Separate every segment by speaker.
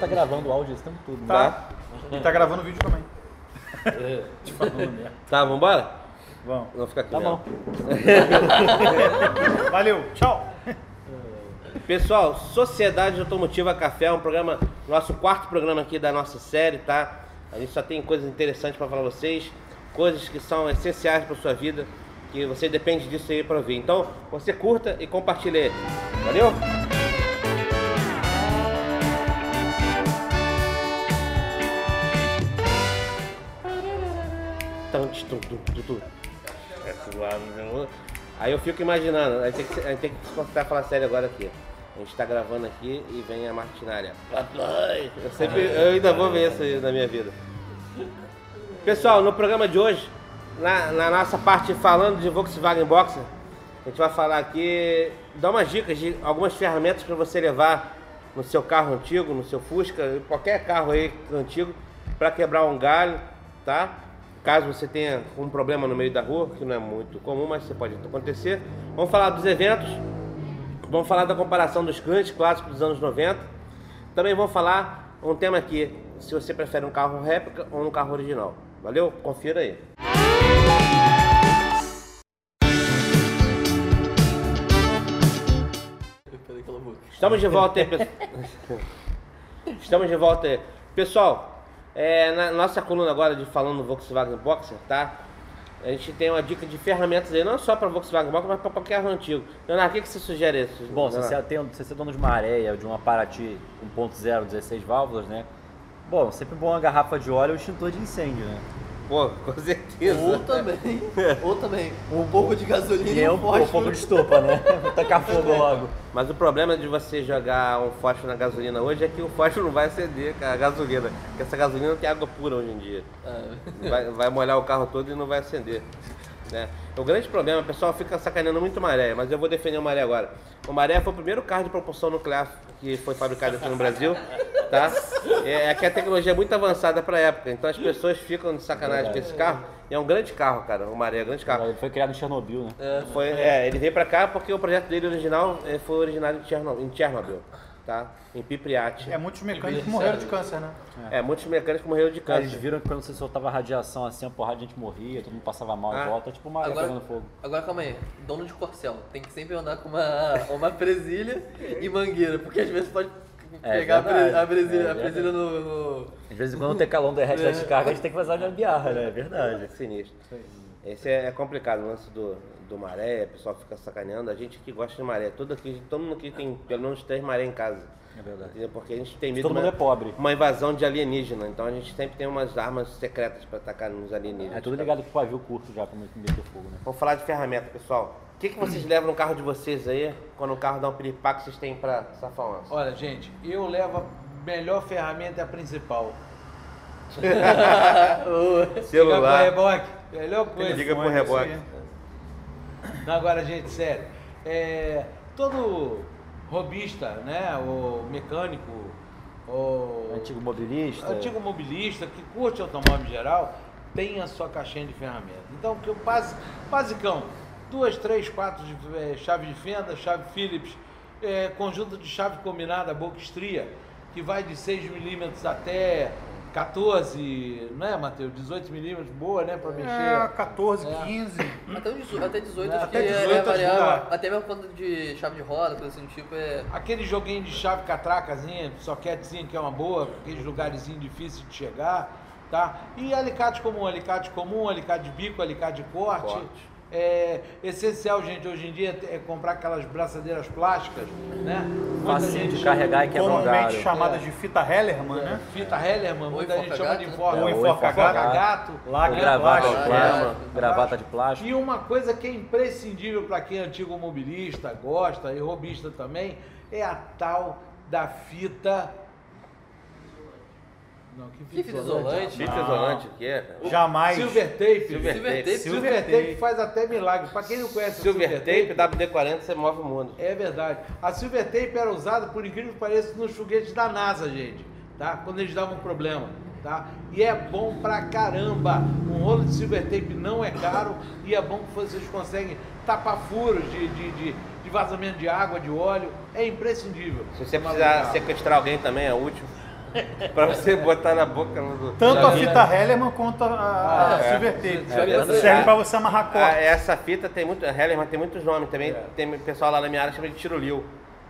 Speaker 1: tá gravando o áudio esse tempo todo. né?
Speaker 2: Tá.
Speaker 3: E tá gravando vídeo também. né?
Speaker 1: Te falando mesmo.
Speaker 2: Tá, vambora?
Speaker 3: Vamos.
Speaker 2: Não fica aqui.
Speaker 1: Tá
Speaker 2: nela.
Speaker 1: bom.
Speaker 3: Valeu, tchau.
Speaker 2: Pessoal, Sociedade Automotiva Café é um programa, nosso quarto programa aqui da nossa série, tá? A gente só tem coisas interessantes para falar pra vocês, coisas que são essenciais para sua vida, que você depende disso aí para ouvir. Então, você curta e compartilha. ele. Valeu? Tum, tum, tum, tum, tum. É suado. Aí eu fico imaginando, a gente tem que, se- a gente tem que se concentrar e falar sério agora aqui. A gente tá gravando aqui e vem a martinária. Papai! Eu sempre, eu ainda vou ver isso aí na minha vida. Pessoal, no programa de hoje, na, na nossa parte falando de Volkswagen Boxer, a gente vai falar aqui, dar umas dicas de algumas ferramentas para você levar no seu carro antigo, no seu Fusca, em qualquer carro aí antigo, para quebrar um galho, tá? Caso você tenha um problema no meio da rua, que não é muito comum, mas você pode acontecer. Vamos falar dos eventos, vamos falar da comparação dos grandes clássicos dos anos 90. Também vou falar um tema aqui, se você prefere um carro réplica ou um carro original. Valeu? Confira aí. Estamos de volta aí, pessoal. Estamos de volta aí. Pessoal, é, na nossa coluna agora de falando Volkswagen Boxer, tá? A gente tem uma dica de ferramentas aí, não só para Volkswagen Boxer, mas para qualquer carro antigo. Leonardo, o que, que você sugere? aí?
Speaker 1: Bom, se
Speaker 2: Leonardo?
Speaker 1: você, tem, se você é dono de uma areia, de uma Paraty 1.0, 16 válvulas, né? Bom, sempre bom uma garrafa de óleo e um extintor de incêndio, né?
Speaker 2: Pô, com certeza.
Speaker 4: Ou também, ou também, um pouco de gasolina
Speaker 1: E
Speaker 4: e
Speaker 1: é
Speaker 4: um
Speaker 1: um, um pouco
Speaker 4: fósforo.
Speaker 1: de estopa, né? Vou Tacar fogo logo.
Speaker 2: Mas o problema de você jogar um fósforo na gasolina hoje é que o fósforo não vai acender com a gasolina. Porque essa gasolina não tem água pura hoje em dia.
Speaker 4: Ah,
Speaker 2: Vai, vai molhar o carro todo e não vai acender. Né? O grande problema, o pessoal fica sacaneando muito o Maré, mas eu vou defender o Maré agora. O Maré foi o primeiro carro de propulsão nuclear que foi fabricado aqui no Brasil, tá? É, é que a tecnologia é muito avançada para a época, então as pessoas ficam de sacanagem com esse carro. E é um grande carro, cara, o Maré é um grande carro.
Speaker 1: Ele foi criado em Chernobyl, né?
Speaker 2: Foi, é, ele veio pra cá porque o projeto dele original eh, foi originário de Chernobyl, em Chernobyl, tá? Em Pipriati.
Speaker 3: É, muitos mecânicos morreram de câncer, né?
Speaker 2: É, muitos mecânicos morreram de
Speaker 1: Cara, eles
Speaker 2: câncer.
Speaker 1: viram que quando você soltava radiação assim, a porrada de gente morria, todo mundo passava mal
Speaker 2: Ah.
Speaker 1: em volta, tipo uma areia
Speaker 5: tá
Speaker 4: Agora,
Speaker 1: pegando fogo.
Speaker 4: agora calma aí, dono de corcel, tem que sempre andar com uma, uma presilha e mangueira, porque às vezes pode
Speaker 1: É
Speaker 4: pegar a
Speaker 1: verdade,
Speaker 4: pre- a presilha,
Speaker 1: é
Speaker 4: a presilha no, no-
Speaker 1: De vez em quando o tecalão derrete a descarga, a gente tem que fazer a gambiarra, né? É verdade.
Speaker 2: Sinistro. Esse é, é complicado, o lance do, do maré, o pessoal fica sacaneando. A gente que gosta de maré, todo, aqui, todo mundo aqui tem pelo menos três maré em casa.
Speaker 1: É verdade.
Speaker 2: Entendeu? Porque a gente tem medo
Speaker 1: Todo
Speaker 2: de
Speaker 1: mundo
Speaker 2: uma,
Speaker 1: é pobre.
Speaker 2: uma invasão de alienígena. Então a gente sempre tem umas armas secretas pra atacar nos alienígenas. tá
Speaker 1: É tudo ligado com o pavio curto já pra meter fogo, né?
Speaker 2: Vamos falar de ferramenta, pessoal. O que, que vocês levam no carro de vocês aí, quando o carro dá um piripaque, vocês têm pra safar um lance?
Speaker 5: Olha, gente, eu levo a melhor ferramenta, é a principal. Liga pro reboque. Melhor coisa.
Speaker 2: Liga pro
Speaker 5: Isso aí.
Speaker 2: reboque.
Speaker 5: Não, agora, gente, sério. É, todo robista, né? O mecânico, o
Speaker 1: Antigo mobilista.
Speaker 5: antigo mobilista que curte automóvel em geral, tem a sua caixinha de ferramenta. Então, que eu base, basicão, duas, três, quatro de, eh, chave de fenda, chave Phillips, eh, conjunto de chave combinada, boca estria, que vai de 6 milímetros até 14, né, Matheus? 18 milímetros, boa, né, para
Speaker 3: É,
Speaker 5: mexer.
Speaker 3: 14,
Speaker 5: É.
Speaker 3: 15.
Speaker 4: Até, os 18, até 18
Speaker 5: Não,
Speaker 4: acho
Speaker 5: até
Speaker 4: que é-
Speaker 5: 18
Speaker 4: é
Speaker 5: acho que
Speaker 4: variável.
Speaker 5: dá.
Speaker 4: Até mesmo quando de chave de roda, coisa assim do tipo, é.
Speaker 5: Aquele joguinho de chave catracazinha, soquetezinha que é uma boa, aqueles lugarzinhos difíceis de chegar, tá? E alicate comum, alicate comum, alicate de bico, alicate de corte.
Speaker 2: Corte.
Speaker 5: É essencial, gente, hoje em dia é comprar aquelas braçadeiras plásticas, né? Muita
Speaker 1: Facinho
Speaker 5: gente
Speaker 1: de carregar e
Speaker 2: é
Speaker 1: quebra um
Speaker 3: Comumente
Speaker 1: galho.
Speaker 3: chamadas de fita Hellerman,
Speaker 5: chama
Speaker 3: né?
Speaker 5: Fita Hellerman, muita
Speaker 4: Ou
Speaker 5: gente chama de
Speaker 4: enforca-gato,
Speaker 5: enforca.
Speaker 3: né?
Speaker 1: É,
Speaker 3: Ou enforca-gato.
Speaker 5: Lá
Speaker 1: Ou gravata de
Speaker 4: plástico.
Speaker 1: Ah, plástico. né?
Speaker 4: É.
Speaker 1: Gravata de plástico.
Speaker 5: E uma coisa que é imprescindível para quem é antigo mobilista, gosta e robista também, é a tal da fita. Não, que
Speaker 4: Que fita isolante.
Speaker 2: Fita isolante, o que é? cara?
Speaker 3: Jamais.
Speaker 5: Silver tape.
Speaker 2: Silver
Speaker 4: Silver
Speaker 2: tape.
Speaker 4: tape.
Speaker 5: Silver
Speaker 3: Silver
Speaker 5: tape
Speaker 3: tape.
Speaker 5: faz até milagre. Para quem não conhece o
Speaker 2: Silver tape, WD-40, você move o mundo.
Speaker 5: É verdade. A Silver Tape era usada, por incrível que pareça, nos foguetes da NASA, gente. Tá? Quando eles davam problema. Tá? E é bom pra caramba. Um rolo de Silver Tape não é caro e é bom que vocês conseguem tapar furos de, de, de, de vazamento de água, de óleo. É imprescindível.
Speaker 2: Se você precisar sequestrar alguém também, é útil. pra você botar na boca no.
Speaker 3: Tanto
Speaker 5: Já
Speaker 3: a
Speaker 5: vi,
Speaker 3: fita Hellerman quanto a, a
Speaker 2: Ah, é.
Speaker 3: Silver Tape.
Speaker 4: Já vi bastante.
Speaker 3: Serve pra você amarrar
Speaker 2: Ah,
Speaker 3: corda.
Speaker 2: essa fita tem muito. A Hellerman tem muitos nomes também.
Speaker 5: É.
Speaker 2: Tem pessoal lá na minha área que chama de tirolil. Não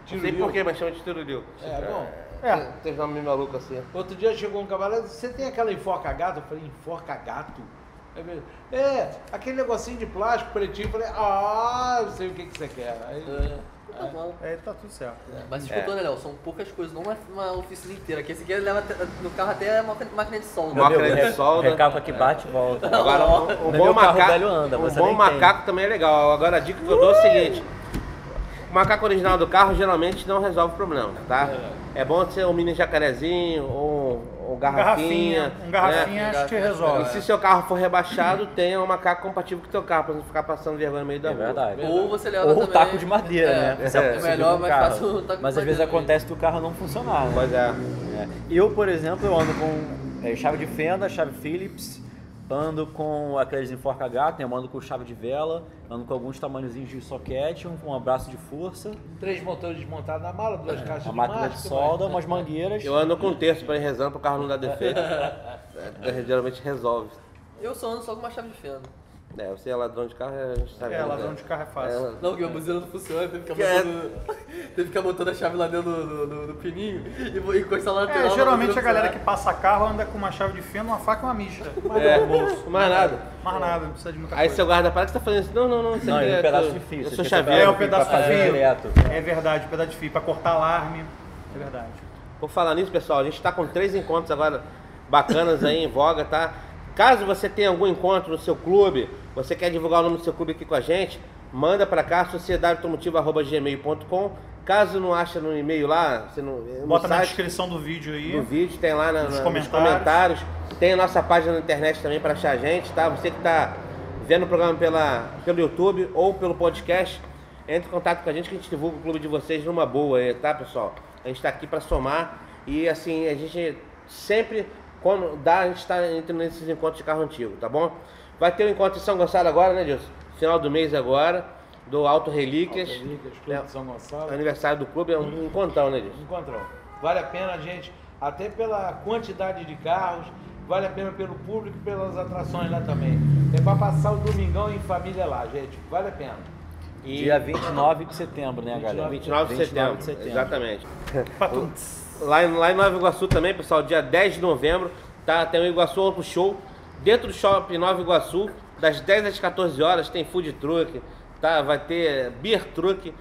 Speaker 2: sei
Speaker 5: Tirolil?
Speaker 2: porquê, mas chama de tirolil.
Speaker 5: É, bom.
Speaker 3: É.
Speaker 2: Tem uns nomes meio malucos assim.
Speaker 5: Outro dia chegou um cavaleiro, você tem aquela enforca gato? Eu falei, enforca gato? É, mesmo? "É, aquele negocinho de plástico pretinho. Eu falei, ah, eu sei o que, que você quer. Aí, É.
Speaker 4: Tá bom.
Speaker 3: Aí tá tudo certo.
Speaker 4: Mas
Speaker 1: É.
Speaker 4: escutou, né, Léo? São poucas coisas, não é uma oficina inteira. Que esse aqui é leva até- no carro até a máquina máquina de solda.
Speaker 2: Uma-
Speaker 1: Entendeu?
Speaker 2: de
Speaker 1: Re-
Speaker 2: solda.
Speaker 1: é Recalca que bate e volta.
Speaker 2: Agora, um, um
Speaker 1: Nem o
Speaker 2: bom
Speaker 1: é carro
Speaker 2: macaco,
Speaker 1: velho anda,
Speaker 2: um
Speaker 1: você
Speaker 2: bom
Speaker 1: nem
Speaker 2: macaco também é legal. Agora a dica que eu dou é o seguinte: o macaco original do carro geralmente não resolve o problema, tá? É, bom ser um mini jacarezinho ou um, um garrafinha.
Speaker 3: Garrafinha. Um garrafinha
Speaker 2: né?
Speaker 3: acho que resolve.
Speaker 2: E se seu carro for rebaixado, tenha um macaco compatível com o teu carro, pra não ficar passando vergonha no meio da
Speaker 1: É
Speaker 2: rua.
Speaker 1: verdade.
Speaker 4: Ou você leva
Speaker 1: Ou
Speaker 4: também...
Speaker 1: o taco de madeira,
Speaker 4: É,
Speaker 1: né?
Speaker 4: É,
Speaker 1: Se possível
Speaker 4: melhor,
Speaker 1: no
Speaker 4: mais
Speaker 1: carro.
Speaker 4: fácil o taco de
Speaker 1: Mas às vezes
Speaker 4: madeira mesmo.
Speaker 1: acontece do carro não funcionar, né?
Speaker 2: Pois é.
Speaker 1: É. Eu, por exemplo, eu ando com é, chave de fenda, chave Phillips, ando com aqueles enforca gato, né? eu ando com chave de vela, ando com alguns tamanhozinhos de soquete, um, um abraço de força,
Speaker 5: Três motores desmontados na mala, duas caixas
Speaker 1: É, uma
Speaker 5: de
Speaker 1: máquina de
Speaker 5: máscara,
Speaker 4: né?
Speaker 1: solda,
Speaker 5: mas-
Speaker 1: umas mangueiras.
Speaker 2: Eu ando com um terço pra ir rezando pro carro não dar defeito. É, geralmente resolve.
Speaker 4: Eu só ando só com uma chave de fenda.
Speaker 2: É, você é ladrão de carro, a gente sabe.
Speaker 3: É,
Speaker 2: né?
Speaker 3: ladrão de carro é fácil.
Speaker 2: É,
Speaker 4: Não, que a buzina não funciona, teve que ficar
Speaker 2: É.
Speaker 4: botando, teve que ficar botando a chave lá dentro do, do- do- do pininho e vou- e encostar lá na
Speaker 3: É, geralmente a galera que passa carro anda com uma chave de fenda, uma faca e uma micha. Mas
Speaker 2: É,
Speaker 3: no bolso.
Speaker 2: mais nada.
Speaker 3: Mais nada, não precisa de muita
Speaker 2: Aí
Speaker 3: coisa.
Speaker 2: seu guarda-parada que tá fazendo isso. Não, não, não. isso
Speaker 1: Não,
Speaker 2: aqui
Speaker 1: e um pedaço
Speaker 2: eu-
Speaker 1: de fio.
Speaker 2: Eu
Speaker 1: você
Speaker 2: sou
Speaker 1: quer
Speaker 2: chaveiro.
Speaker 1: pegar
Speaker 3: É, um pedaço
Speaker 1: pra
Speaker 3: de
Speaker 1: fazer
Speaker 3: fio.
Speaker 1: direto.
Speaker 3: É verdade, pedaço de fio pra cortar alarme. É verdade.
Speaker 2: Por falar nisso, pessoal, a gente tá com três encontros agora bacanas aí em voga, tá? Caso você tenha algum encontro no seu clube, você quer divulgar o nome do seu clube aqui com a gente, manda pra cá, sociedadeautomotiva.gmail.com. Caso não acha no e-mail lá, você não, no
Speaker 3: Bota na
Speaker 2: site,
Speaker 3: descrição do vídeo aí.
Speaker 2: no vídeo, tem lá na-
Speaker 3: Nos
Speaker 2: na- nos
Speaker 3: comentários.
Speaker 2: comentários. Tem a nossa página na internet também para achar a gente, tá? Você que tá vendo o programa pela, pelo YouTube ou pelo podcast, entre em contato com a gente que a gente divulga o clube de vocês numa boa, aí, tá, pessoal? A gente está aqui para somar e assim, a gente sempre, quando dá, a gente está entrando nesses encontros de carro antigo, tá bom? Vai ter o encontro em São Gonçalo agora, né, Dilson? Final do mês agora, do Alto Relíquias.
Speaker 5: Alto Relíquias, Clube de São Gonçalo.
Speaker 2: É, aniversário do clube é um encontrão, né, Dilson?
Speaker 5: Encontrão. Vale a pena, gente, até pela quantidade de carros, vale a pena pelo público e pelas atrações lá também. É pra passar o domingão em família lá, gente. Vale a pena.
Speaker 2: E-
Speaker 1: Dia 29 de setembro, né, galera?
Speaker 2: 29 de setembro, exatamente.
Speaker 3: Patum.
Speaker 2: Lá, em- lá em Nova Iguaçu também, pessoal, dia 10 de novembro, tá? Tem o Iguaçu Auto Show, dentro do Shopping Nova Iguaçu, das 10 às 14 horas, tem food truck, tá? Vai ter beer truck,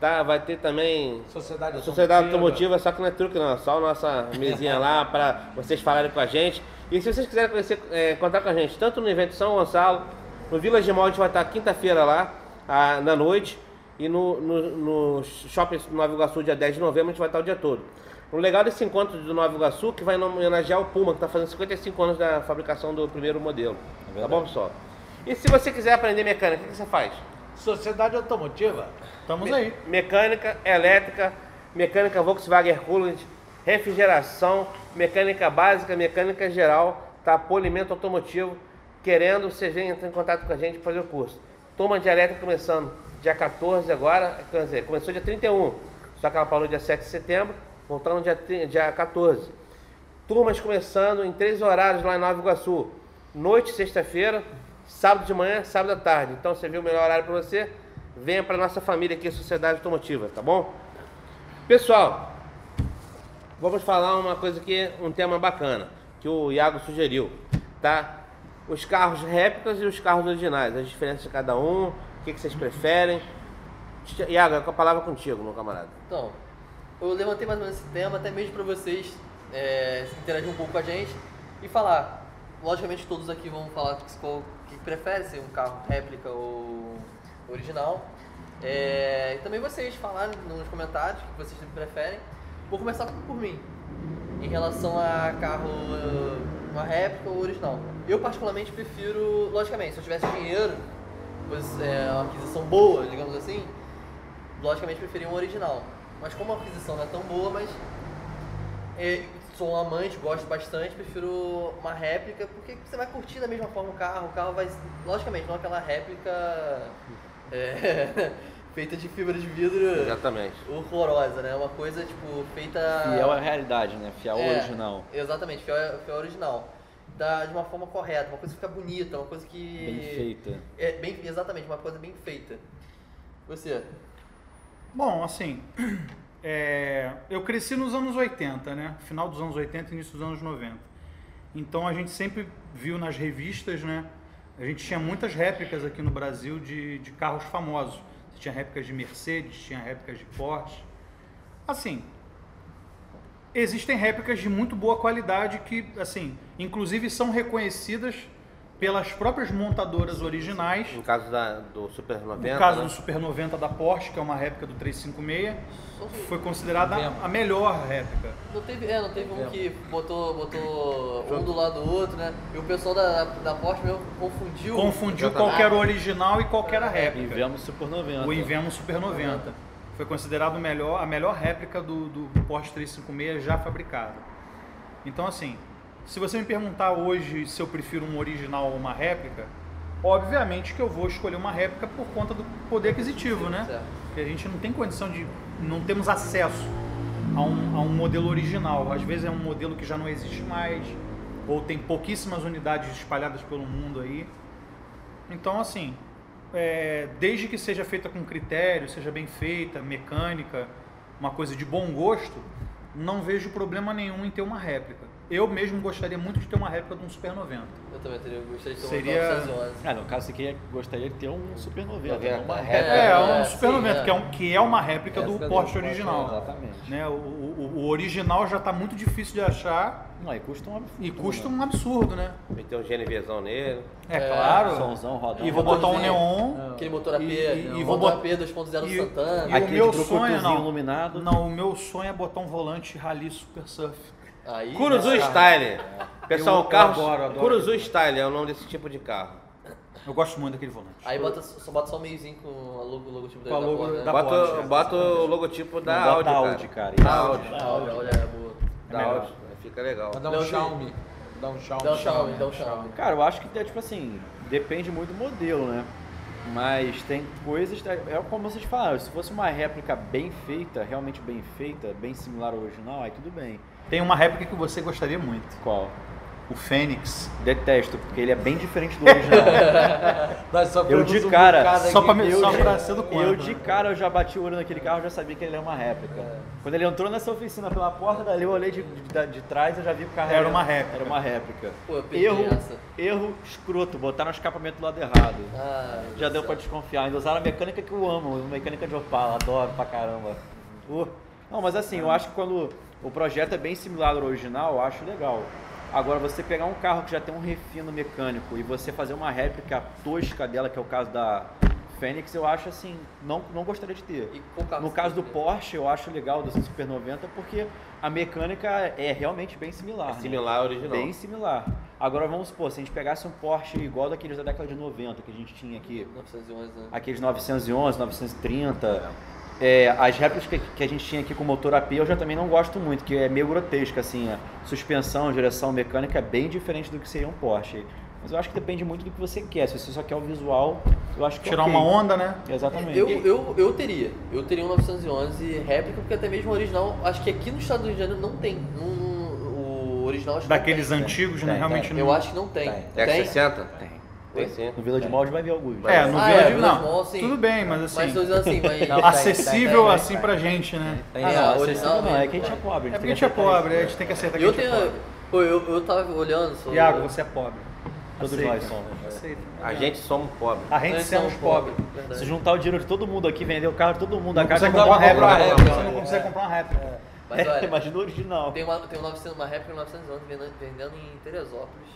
Speaker 2: tá? Vai ter também
Speaker 5: Sociedade
Speaker 2: Sociedade Automotiva, só que não é truque não, é só a nossa mesinha lá para vocês falarem com a gente. E se vocês quiserem conhecer, é, contar com a gente, tanto no evento São Gonçalo, no Village Mall, a gente vai estar quinta-feira lá, ah, na noite, e no, no, no Shopping Nova Iguaçu, dia 10 de novembro, a gente vai estar o dia todo. O legal desse encontro do Nova Iguaçu é que vai homenagear o Puma, que está fazendo 55 anos da fabricação do primeiro modelo. tá bom, pessoal? E se você quiser aprender mecânica, o que que você faz?
Speaker 5: Sociedade Automotiva.
Speaker 3: Estamos aí.
Speaker 2: mecânica, elétrica, mecânica Volkswagen Coolant, refrigeração, mecânica básica, mecânica geral, tá? Polimento automotivo, querendo, você vem entrar em contato com a gente para fazer o curso. Turma de elétrica começando dia 14 agora, quer dizer, começou dia 31, só que ela parou dia 7 de setembro, voltando dia, tri- dia 14. Turmas começando em três horários lá em Nova Iguaçu. Noite, sexta-feira, sábado de manhã, sábado à tarde. Então você viu o melhor horário para você? Venha para nossa família aqui, Sociedade Automotiva, tá bom? Pessoal, vamos falar uma coisa que um tema bacana que o Iago sugeriu, tá? Os carros réplicas e os carros originais, as diferenças de cada um, o que, que vocês preferem. Iago, é com a palavra contigo, meu camarada.
Speaker 4: Então, eu levantei mais ou menos esse tema, até mesmo para vocês é, se interagirem um pouco com a gente e falar. Logicamente, todos aqui vão falar que- qual que prefere ser um carro réplica ou original. É, e também vocês falarem nos comentários o que vocês preferem. Vou começar por mim, em relação a carro, eh, uma réplica ou original. Eu, particularmente, prefiro, logicamente, se eu tivesse dinheiro, pois é uma aquisição boa, digamos assim, logicamente preferia um original. Mas como a aquisição não é tão boa, mas é, sou um amante, gosto bastante, prefiro uma réplica, porque você vai curtir da mesma forma o carro, o carro vai. Logicamente, não aquela réplica é, feita de fibra de vidro
Speaker 2: Exatamente.
Speaker 4: horrorosa, né? Uma coisa, tipo, feita...
Speaker 1: Fiel à realidade, né? Fiel ao
Speaker 4: É,
Speaker 1: original.
Speaker 4: Exatamente, fiel, fiel ao original. Da, de uma forma correta, uma coisa que fica bonita, uma coisa que.
Speaker 1: Bem feita.
Speaker 4: É, bem, exatamente, uma coisa bem feita. Você?
Speaker 3: Bom, assim, é, eu cresci nos anos 80, né? Final dos anos 80 início dos anos 90. Então a gente sempre viu nas revistas, né? A gente tinha muitas réplicas aqui no Brasil de, de carros famosos. Você tinha réplicas de Mercedes, tinha réplicas de Porsche. Assim, existem réplicas de muito boa qualidade que, assim, inclusive são reconhecidas pelas próprias montadoras originais.
Speaker 2: No caso da, do Super 90.
Speaker 3: No caso
Speaker 2: né?
Speaker 3: do Super 90 da Porsche, que é uma réplica do 356,
Speaker 4: Só que
Speaker 3: foi considerada
Speaker 5: Novembro.
Speaker 3: a melhor réplica.
Speaker 4: Não teve, é, não teve um que botou, botou um do lado do outro, né? E o pessoal da, da Porsche mesmo confundiu.
Speaker 3: Confundiu qualquer original e qualquer réplica.
Speaker 1: Invemos Super 90.
Speaker 3: O Invemo Super 90. Foi considerado o melhor, a melhor réplica do, do Porsche 356 já fabricada. Então, assim, se você me perguntar hoje se eu prefiro um original ou uma réplica, obviamente que eu vou escolher uma réplica por conta do poder aquisitivo, né?
Speaker 4: Certo.
Speaker 3: Porque a gente não tem condição de. não temos acesso a um, a um modelo original. Às vezes é um modelo que já não existe mais, ou tem pouquíssimas unidades espalhadas pelo mundo aí. Então, assim, é, desde que seja feita com critério, seja bem feita, mecânica, uma coisa de bom gosto, não vejo problema nenhum em ter uma réplica. Eu mesmo gostaria muito de ter uma réplica de um Super 90.
Speaker 4: Eu também teria gostado de tomar
Speaker 3: Seria-
Speaker 4: 911.
Speaker 1: Ah, no caso, você queria- gostaria de ter um Super 90,
Speaker 2: Noventa,
Speaker 1: não uma
Speaker 2: é.
Speaker 1: réplica.
Speaker 3: É, um
Speaker 4: é,
Speaker 3: Super
Speaker 4: sim,
Speaker 3: 90,
Speaker 4: é.
Speaker 3: Que, é um- que é uma réplica do
Speaker 2: Essa é do
Speaker 3: Porsche
Speaker 2: Porsche,
Speaker 3: original.
Speaker 1: Exatamente.
Speaker 3: Né, o, o- o original já está muito difícil de achar
Speaker 1: Não, e custa um absurdo.
Speaker 3: e custa um absurdo, né?
Speaker 2: Meteu um GNVzão nele.
Speaker 3: É,
Speaker 4: É,
Speaker 1: né?
Speaker 3: claro.
Speaker 1: somzão, rodão.
Speaker 3: E vou botar um
Speaker 4: Motorzinho.
Speaker 3: neon.
Speaker 4: Aquele motor AP,
Speaker 3: E- e-
Speaker 4: né?
Speaker 3: e
Speaker 4: o
Speaker 3: vou
Speaker 4: motor
Speaker 3: bot-
Speaker 4: AP 2.0 do
Speaker 3: e-
Speaker 4: Santana.
Speaker 3: e-
Speaker 1: Aquele
Speaker 3: o meu
Speaker 1: de
Speaker 3: sonho, não.
Speaker 1: iluminado.
Speaker 3: Não, o meu sonho é botar um volante Rally Super Surf.
Speaker 4: Aí,
Speaker 2: Curuzu
Speaker 4: né,
Speaker 2: Style. Pessoal,
Speaker 3: Eu-
Speaker 2: o carro.
Speaker 3: eu adoro, eu adoro.
Speaker 2: Curuzu Style é o nome desse tipo de carro.
Speaker 3: Eu gosto muito daquele volante.
Speaker 4: Aí bota, só bota só o meiozinho com o logo, logotipo da
Speaker 3: Com a
Speaker 4: da
Speaker 3: logo
Speaker 4: Porsche, né?
Speaker 3: da-
Speaker 2: Bota,
Speaker 3: Porsche, né?
Speaker 2: bota o logotipo da
Speaker 1: Não,
Speaker 2: Audi,
Speaker 1: bota
Speaker 2: cara.
Speaker 1: Audi, cara. Então,
Speaker 2: Da Audi.
Speaker 4: Ah, Olha, olha, é boa.
Speaker 2: Da
Speaker 3: melhor.
Speaker 2: Audi. Fica legal.
Speaker 5: Mas dá um
Speaker 4: Não,
Speaker 5: Xiaomi. Dá um Xiaomi.
Speaker 4: Dá um Xiaomi,
Speaker 3: né?
Speaker 4: dá um Xiaomi.
Speaker 1: Cara, eu acho que é tipo assim, depende muito do modelo, né? Mas tem coisas. É como vocês falaram, se fosse uma réplica bem feita, realmente bem feita, bem similar ao original, aí tudo bem.
Speaker 3: Tem uma réplica que você gostaria muito.
Speaker 1: Qual?
Speaker 3: O Fênix.
Speaker 1: Detesto, porque ele é bem diferente do original.
Speaker 5: Nós só
Speaker 1: Eu de
Speaker 5: temos um
Speaker 1: cara,
Speaker 5: bocado
Speaker 3: só
Speaker 5: aqui.
Speaker 3: pra me-
Speaker 5: Eu
Speaker 3: só
Speaker 5: de-
Speaker 3: pra- sendo contra,
Speaker 1: eu de
Speaker 3: né?
Speaker 1: cara eu já bati o olho naquele carro já sabia que ele era uma réplica.
Speaker 4: É.
Speaker 1: Quando ele entrou nessa oficina pela porta dali, eu olhei de, de, da- de trás eu já vi que o carro
Speaker 3: Era uma réplica.
Speaker 1: Era uma réplica.
Speaker 4: Pô, eu perdi
Speaker 1: Erro,
Speaker 4: essa.
Speaker 1: erro escroto, botaram o escapamento do lado errado.
Speaker 4: Ah, meu
Speaker 1: Já
Speaker 4: Deus
Speaker 1: deu
Speaker 4: do
Speaker 1: pra
Speaker 4: céu.
Speaker 1: desconfiar. Ainda usaram a mecânica que eu amo, a mecânica de Opala, adoro pra caramba. Uh. Não, mas assim, eu acho que quando o projeto é bem similar ao original, eu acho legal. Agora, você pegar um carro que já tem um refino mecânico e você fazer uma réplica tosca dela, que é o caso da Fênix, eu acho assim, não, não gostaria de ter.
Speaker 4: E qual carro
Speaker 1: No
Speaker 4: você
Speaker 1: caso do
Speaker 4: tem?
Speaker 1: Porsche, eu acho legal do Super 90 porque a mecânica é realmente bem similar.
Speaker 2: É
Speaker 1: né?
Speaker 2: similar ao original.
Speaker 1: Bem similar. Agora vamos supor, se a gente pegasse um Porsche igual daqueles da década de 90 que a gente tinha aqui,
Speaker 4: 911, né?
Speaker 1: aqueles 911, 930, é, as réplicas que, que a gente tinha aqui com motor AP eu já também não gosto muito, que é meio grotesca assim, a suspensão, direção mecânica é bem diferente do que seria um Porsche. Mas eu acho que depende muito do que você quer. Se você só quer o visual, eu acho que
Speaker 3: Tirar
Speaker 1: ok.
Speaker 3: uma onda, né?
Speaker 1: Exatamente.
Speaker 4: Eu, eu, eu teria. Eu teria um 911 réplica, porque até mesmo o original, acho que aqui no estado do Rio de Janeiro não tem. Não, o original acho que
Speaker 3: Daqueles
Speaker 4: não
Speaker 3: antigos, né?
Speaker 1: Tem,
Speaker 3: Realmente
Speaker 4: tem.
Speaker 3: não.
Speaker 4: Eu acho que assim. não tem.
Speaker 1: Tem.
Speaker 2: É
Speaker 4: Tem?
Speaker 2: 60?
Speaker 1: Tem.
Speaker 2: Tem sim.
Speaker 1: No Vila de Molde vai ver alguns.
Speaker 3: É, no
Speaker 4: Ah,
Speaker 3: Village
Speaker 4: é, Village
Speaker 3: não.
Speaker 4: Mall, sim.
Speaker 3: Tudo bem, mas assim.
Speaker 4: Mas tô dizendo assim, mas.
Speaker 3: acessível
Speaker 5: tem, tem,
Speaker 3: assim
Speaker 5: tem.
Speaker 3: pra gente, né?
Speaker 1: Ah,
Speaker 4: É,
Speaker 1: não,
Speaker 4: o original
Speaker 1: original não, é
Speaker 4: mesmo.
Speaker 1: que a gente é pobre.
Speaker 3: É porque a
Speaker 1: tem
Speaker 3: gente é
Speaker 1: que aceitar
Speaker 3: pobre, a gente tem que aceitar que
Speaker 4: Eu
Speaker 3: a gente
Speaker 4: tenho.
Speaker 3: é pobre.
Speaker 4: Pô, eu, eu tava olhando sobre.
Speaker 3: Iago, você é pobre.
Speaker 1: isso. Todos
Speaker 3: Aceita.
Speaker 1: nós somos.
Speaker 3: Aceita.
Speaker 2: A gente um somos pobres.
Speaker 1: é
Speaker 3: A gente
Speaker 1: um
Speaker 3: somos pobres.
Speaker 1: Se juntar o dinheiro de todo mundo aqui, vender o carro de todo mundo, a
Speaker 3: Não
Speaker 1: casa
Speaker 3: consegue
Speaker 1: comprar
Speaker 3: comprar uma
Speaker 1: uma
Speaker 3: réplica. né?
Speaker 1: roupa.
Speaker 5: réplica.
Speaker 3: Você não consegue comprar uma réplica.
Speaker 4: Mas
Speaker 1: É,
Speaker 4: olha,
Speaker 1: imagina o original.
Speaker 4: tem uma, tem um 900, uma réplica 911 vendendo, vendendo em Teresópolis.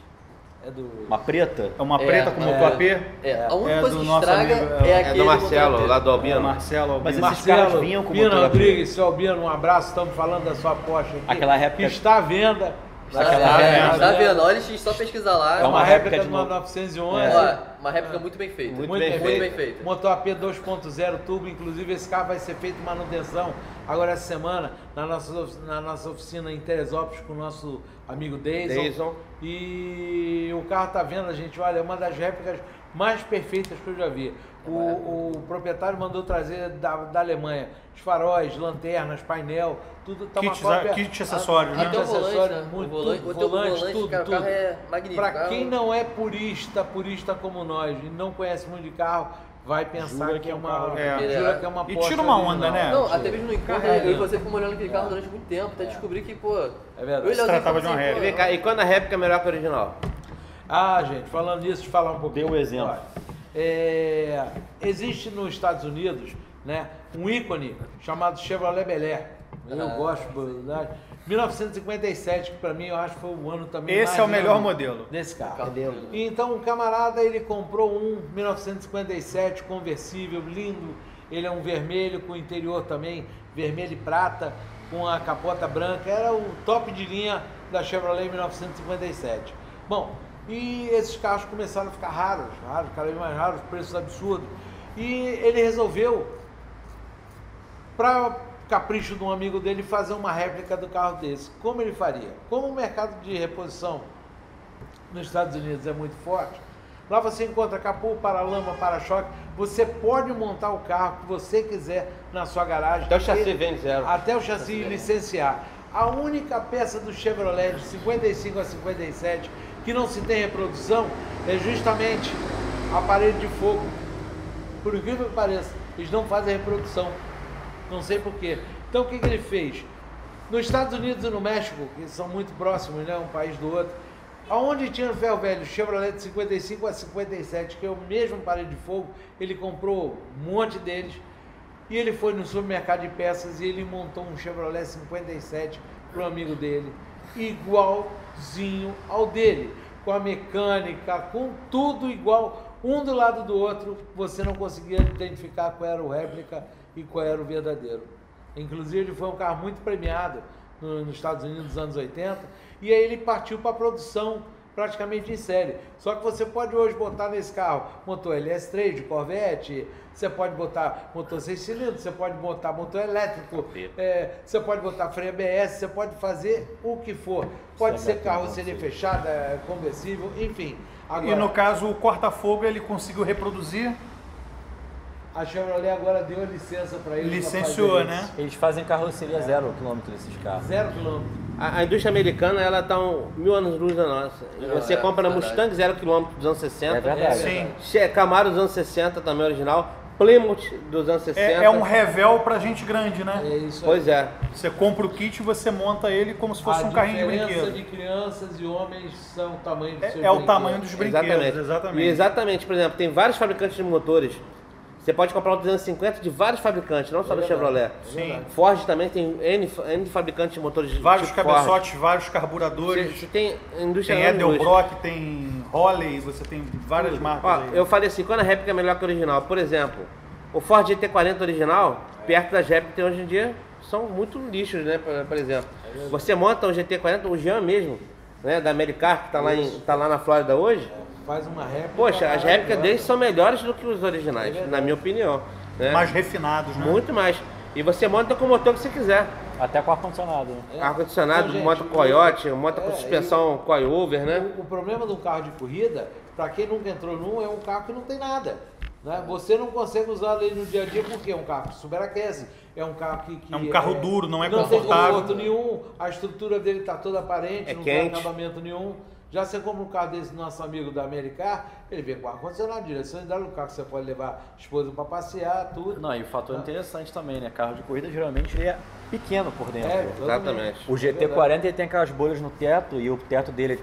Speaker 5: É do.
Speaker 1: Uma preta?
Speaker 3: É uma
Speaker 4: É,
Speaker 3: preta com
Speaker 4: é.
Speaker 3: motor AP.
Speaker 4: É, a única
Speaker 3: É
Speaker 4: coisa
Speaker 3: do
Speaker 4: que
Speaker 3: nosso
Speaker 4: estraga
Speaker 3: amigo,
Speaker 4: é
Speaker 3: é-
Speaker 2: É
Speaker 4: aquele.
Speaker 2: do Marcelo, lá do
Speaker 3: É,
Speaker 2: Albino.
Speaker 3: Marcelo,
Speaker 1: Mas
Speaker 3: Albino.
Speaker 1: esses caras vinham com
Speaker 5: Bino
Speaker 1: motor AP.
Speaker 5: Rodrigues, seu Albino, um abraço, estamos falando da sua Porsche aqui.
Speaker 1: Aquela réplica-
Speaker 5: Está à venda.
Speaker 4: Tá,
Speaker 1: Aquela
Speaker 4: tá,
Speaker 1: réplica.
Speaker 4: tá vendo? Olha, só pesquisar lá.
Speaker 1: É
Speaker 5: né? uma,
Speaker 1: uma
Speaker 5: réplica,
Speaker 1: réplica de
Speaker 5: de É.
Speaker 1: uma-
Speaker 5: 911.
Speaker 4: Ó, uma réplica muito bem feita.
Speaker 2: Muito bem feita.
Speaker 4: bem feita.
Speaker 5: Motor AP 2.0 turbo, inclusive esse carro vai ser feito manutenção Agora, essa semana, na nossa, ofi- na nossa oficina em Teresópolis, com o nosso amigo Deison.
Speaker 2: Deison.
Speaker 5: E o carro tá vendo, a gente, olha, é uma das réplicas mais perfeitas que eu já vi. O, o proprietário mandou trazer da, da Alemanha os faróis, lanternas, painel, tudo. Tá
Speaker 3: Kits,
Speaker 5: uma cópia,
Speaker 3: ah, kit acessório, né?
Speaker 5: Kit
Speaker 3: Até
Speaker 4: o volante,
Speaker 5: acessório,
Speaker 4: né? O
Speaker 5: muito,
Speaker 4: volante-
Speaker 5: tudo,
Speaker 4: o teu
Speaker 5: volante,
Speaker 4: volante,
Speaker 5: tudo,
Speaker 4: cara, o
Speaker 5: tudo.
Speaker 4: carro é magnífico,
Speaker 5: Pra
Speaker 4: carro-
Speaker 5: quem não é purista, purista como nós, e não conhece muito de carro, vai pensar
Speaker 1: Jura
Speaker 5: que é
Speaker 1: um
Speaker 5: uma,
Speaker 1: carro-
Speaker 3: É.
Speaker 5: jura que é uma
Speaker 3: E tira
Speaker 5: Porsche
Speaker 3: uma onda,
Speaker 5: original.
Speaker 3: né?
Speaker 4: Não, até mesmo no encargo,
Speaker 5: Porra,
Speaker 4: eu e
Speaker 5: né?
Speaker 4: você ficou olhando aquele carro durante muito tempo, até descobrir que, pô. É
Speaker 5: verdade.
Speaker 4: Eu
Speaker 5: Se
Speaker 3: tratava de uma
Speaker 2: E
Speaker 3: réplica.
Speaker 2: vem cá, e quando a réplica é melhor que a original?
Speaker 5: Ah, gente, falando nisso, deixa eu falar um pouquinho.
Speaker 1: Dê o exemplo.
Speaker 5: Olha, é, existe nos Estados Unidos né, um ícone chamado Chevrolet Bel Air. Eu
Speaker 4: Ah,
Speaker 5: gosto, verdade. 1957, que pra mim eu acho que foi o ano também
Speaker 3: Esse
Speaker 5: mais
Speaker 3: é o melhor
Speaker 5: lindo
Speaker 3: modelo.
Speaker 5: Desse carro.
Speaker 4: Carro lindo.
Speaker 5: E Então o camarada ele comprou um 1957 conversível lindo. Ele é um vermelho com interior também vermelho e prata com a capota branca. Era o top de linha da Chevrolet 1957. Bom, e esses carros começaram a ficar raros, raros, cada vez mais raros, preços absurdos. E ele resolveu para capricho de um amigo dele fazer uma réplica do carro desse. Como ele faria? Como o mercado de reposição nos Estados Unidos é muito forte, lá você encontra capô, paralama, para-choque, você pode montar o carro que você quiser na sua garagem.
Speaker 2: Até o Então, chassi
Speaker 5: Ele-
Speaker 2: vende zero.
Speaker 5: até o chassi licenciar. A única peça do Chevrolet de 55 a 57 que não se tem reprodução é justamente aparelho de fogo. Por incrível que pareça, eles não fazem reprodução. Não sei porquê. Então o que, que ele fez? Nos Estados Unidos e no México, que são muito próximos, né, um país do outro, aonde tinha o ferro velho Chevrolet de 55 a 57, que é o mesmo aparelho de fogo, ele comprou um monte deles. E ele foi no supermercado de peças e ele montou um Chevrolet 57 para um amigo dele, igualzinho ao dele, com a mecânica, com tudo igual, um do lado do outro, você não conseguia identificar qual era o réplica e qual era o verdadeiro. Inclusive, ele foi um carro muito premiado no- nos Estados Unidos nos anos 80, e aí ele partiu para a produção praticamente em série. Só que você pode hoje botar nesse carro motor LS3 de Corvette, você pode botar motor 6 cilindros, você pode botar motor elétrico, é, você pode botar freio ABS, você pode fazer o que for. Pode ser carroceria fechada, é, conversível, enfim. Agora,
Speaker 3: E no caso, o corta-fogo ele conseguiu reproduzir.
Speaker 5: a Chevrolet agora deu licença para ele. pra
Speaker 3: Licenciou,
Speaker 5: fazer
Speaker 3: né?
Speaker 5: isso.
Speaker 1: Eles fazem carroceria zero quilômetro desses carros.
Speaker 5: Zero quilômetro.
Speaker 2: A, a indústria americana, ela tá um mil anos luz da nossa. E
Speaker 4: É,
Speaker 2: você
Speaker 4: é,
Speaker 2: compra na
Speaker 4: verdade.
Speaker 2: Mustang zero quilômetro dos anos 60.
Speaker 1: É verdade.
Speaker 3: Sim.
Speaker 2: Che- Camaro dos anos 60, também original. Plymouth dos anos 60.
Speaker 3: É, é um revel pra gente grande, né?
Speaker 5: É isso aí.
Speaker 2: Pois é.
Speaker 3: Você compra o kit e você monta ele como se fosse
Speaker 5: a
Speaker 3: um carrinho de
Speaker 5: diferença
Speaker 3: brinquedo.
Speaker 5: de crianças e homens são o tamanho do seu
Speaker 3: É, é o
Speaker 5: brinquedo.
Speaker 3: tamanho dos brinquedos, exatamente.
Speaker 2: E exatamente, por exemplo, tem vários fabricantes de motores. Você pode comprar um o 250 de vários fabricantes, não só do Chevrolet.
Speaker 3: Sim.
Speaker 2: Ford também tem N, fa- N fabricantes de motores de
Speaker 3: Vários
Speaker 2: tipo Ford.
Speaker 3: cabeçotes, vários
Speaker 2: Você,
Speaker 3: carburadores.
Speaker 2: você tem a indústria
Speaker 3: Tem
Speaker 2: anos luz.
Speaker 3: Edelbrock, tem Holley, você tem várias marcas
Speaker 2: Ó,
Speaker 3: aí.
Speaker 2: eu falei assim, quando a réplica é melhor que a original? Por exemplo, o Ford GT40 original, perto das réplicas que tem hoje em dia, são muito lixos, né? Por, por exemplo, você monta um GT40, o Jean mesmo, né? Da Americar, que tá lá, em, tá lá na Flórida hoje.
Speaker 5: Faz uma réplica. Né?
Speaker 2: Poxa, as réplicas
Speaker 5: maravilhosa.
Speaker 2: deles são melhores do que os originais,
Speaker 5: É
Speaker 2: na minha opinião. Né?
Speaker 3: Mais refinados, né?
Speaker 2: Muito mais. E você monta com o motor que você quiser.
Speaker 1: Até com ar-condicionado. né?
Speaker 5: É.
Speaker 2: Ar-condicionado,
Speaker 5: Então, gente,
Speaker 2: moto coiote, moto
Speaker 5: é,
Speaker 2: com suspensão coiover, né?
Speaker 5: O, o problema de um carro de corrida, para quem nunca entrou num, é um carro que não tem nada. Né? Você não consegue usar ele no dia a dia porque é um carro que superaquece, é um carro que. que
Speaker 3: É um carro duro, não é
Speaker 5: Não tem
Speaker 3: confortável.
Speaker 5: conforto nenhum, a estrutura dele está toda aparente,
Speaker 2: É
Speaker 5: não
Speaker 2: quente.
Speaker 5: tem acabamento nenhum. Já você compra um carro desse do nosso amigo da Americar, ele vem com ar-condicionado, direção hidráulica, um carro que você pode levar a esposa para passear, tudo.
Speaker 1: Não, e o fator interessante também, né? Carro de corrida geralmente ele é pequeno por dentro.
Speaker 5: É,
Speaker 2: Exatamente.
Speaker 1: O GT40 ele tem aquelas bolhas no teto e o teto dele,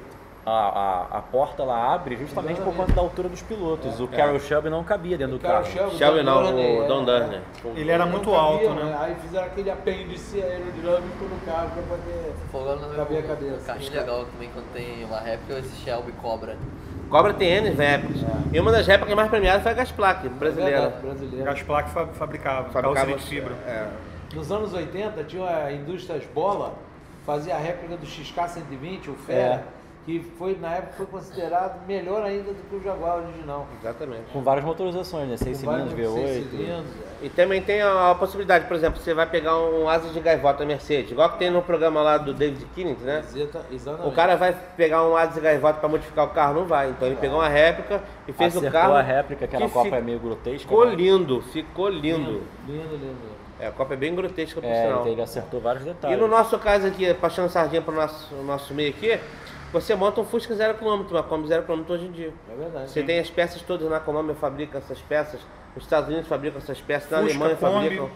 Speaker 1: a, a, a porta lá abre justamente por conta da altura dos pilotos. o Carol Shelby não cabia dentro do carro.
Speaker 5: Então, tá
Speaker 2: Shelby não, o Don
Speaker 5: é.
Speaker 2: Durner.
Speaker 3: Ele era
Speaker 5: né? Não
Speaker 3: muito alto,
Speaker 5: cabia,
Speaker 3: né?
Speaker 5: Aí fizeram aquele apêndice aerodinâmico no carro para poder.
Speaker 4: Folgando na
Speaker 5: Cabia
Speaker 4: minha
Speaker 5: a cabeça.
Speaker 4: Carrinho legal também quando tem uma réplica, esse Shelby Cobra.
Speaker 2: Cobra tem N réplicas.
Speaker 1: É.
Speaker 2: E uma das réplicas mais premiadas foi a Gasplac,
Speaker 5: é
Speaker 2: brasileira.
Speaker 5: brasileira.
Speaker 3: Gasplac fa- fabricava,
Speaker 2: Fabricava-
Speaker 3: carroceria de fibra.
Speaker 2: É.
Speaker 5: Nos anos
Speaker 2: É.
Speaker 5: 80 tinha a indústria Bola, fazia a réplica do XK120, o Fera, que foi, na época foi considerado melhor ainda do que o Jaguar original.
Speaker 2: Exatamente.
Speaker 1: Com várias motorizações, né? 6
Speaker 5: Com vários
Speaker 1: cilindros,
Speaker 5: seis
Speaker 1: V8.
Speaker 5: cilindros, é.
Speaker 2: E também tem a, a possibilidade, por exemplo, você vai pegar um asa de gaivota Mercedes, igual que tem no programa lá do David Kinnings, né?
Speaker 5: Exata- Exatamente.
Speaker 2: O cara vai pegar um asa de gaivota para modificar o carro, não vai. Então ele pegou uma réplica e fez o
Speaker 1: Acertou
Speaker 2: carro.
Speaker 1: a réplica, aquela
Speaker 2: que
Speaker 1: copa
Speaker 2: ficou
Speaker 1: é meio grotesca.
Speaker 2: Ficou
Speaker 1: né?
Speaker 2: lindo, ficou lindo.
Speaker 5: Lindo, lindo, lindo.
Speaker 2: É, a Copa é bem grotesca, por
Speaker 1: É,
Speaker 2: sinal.
Speaker 1: então ele acertou vários detalhes.
Speaker 2: E no nosso caso aqui, passando sardinha para o nosso, nosso meio aqui, você monta um Fusca 0km, uma Kombi 0km hoje em dia.
Speaker 5: É verdade.
Speaker 4: né?
Speaker 2: Você tem as peças todas na Colômbia, fabrica essas peças, nos Estados Unidos fabricam essas peças, na
Speaker 3: Fusca,
Speaker 2: Alemanha
Speaker 3: Kombi.
Speaker 2: fabricam.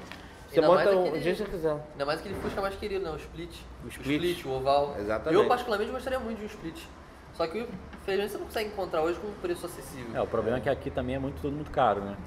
Speaker 2: Você
Speaker 4: Ainda
Speaker 2: monta
Speaker 4: mais
Speaker 2: o
Speaker 4: aquele-
Speaker 2: jeito que você quiser.
Speaker 4: Ainda mais aquele Fusca mais querido, né? O Split.
Speaker 2: O Split.
Speaker 4: O, o Oval.
Speaker 2: Exatamente.
Speaker 4: Eu, particularmente, gostaria muito de um Split. Só que, infelizmente, você não consegue encontrar hoje com um preço acessível.
Speaker 1: É, o problema é que aqui também é muito, tudo muito caro, né?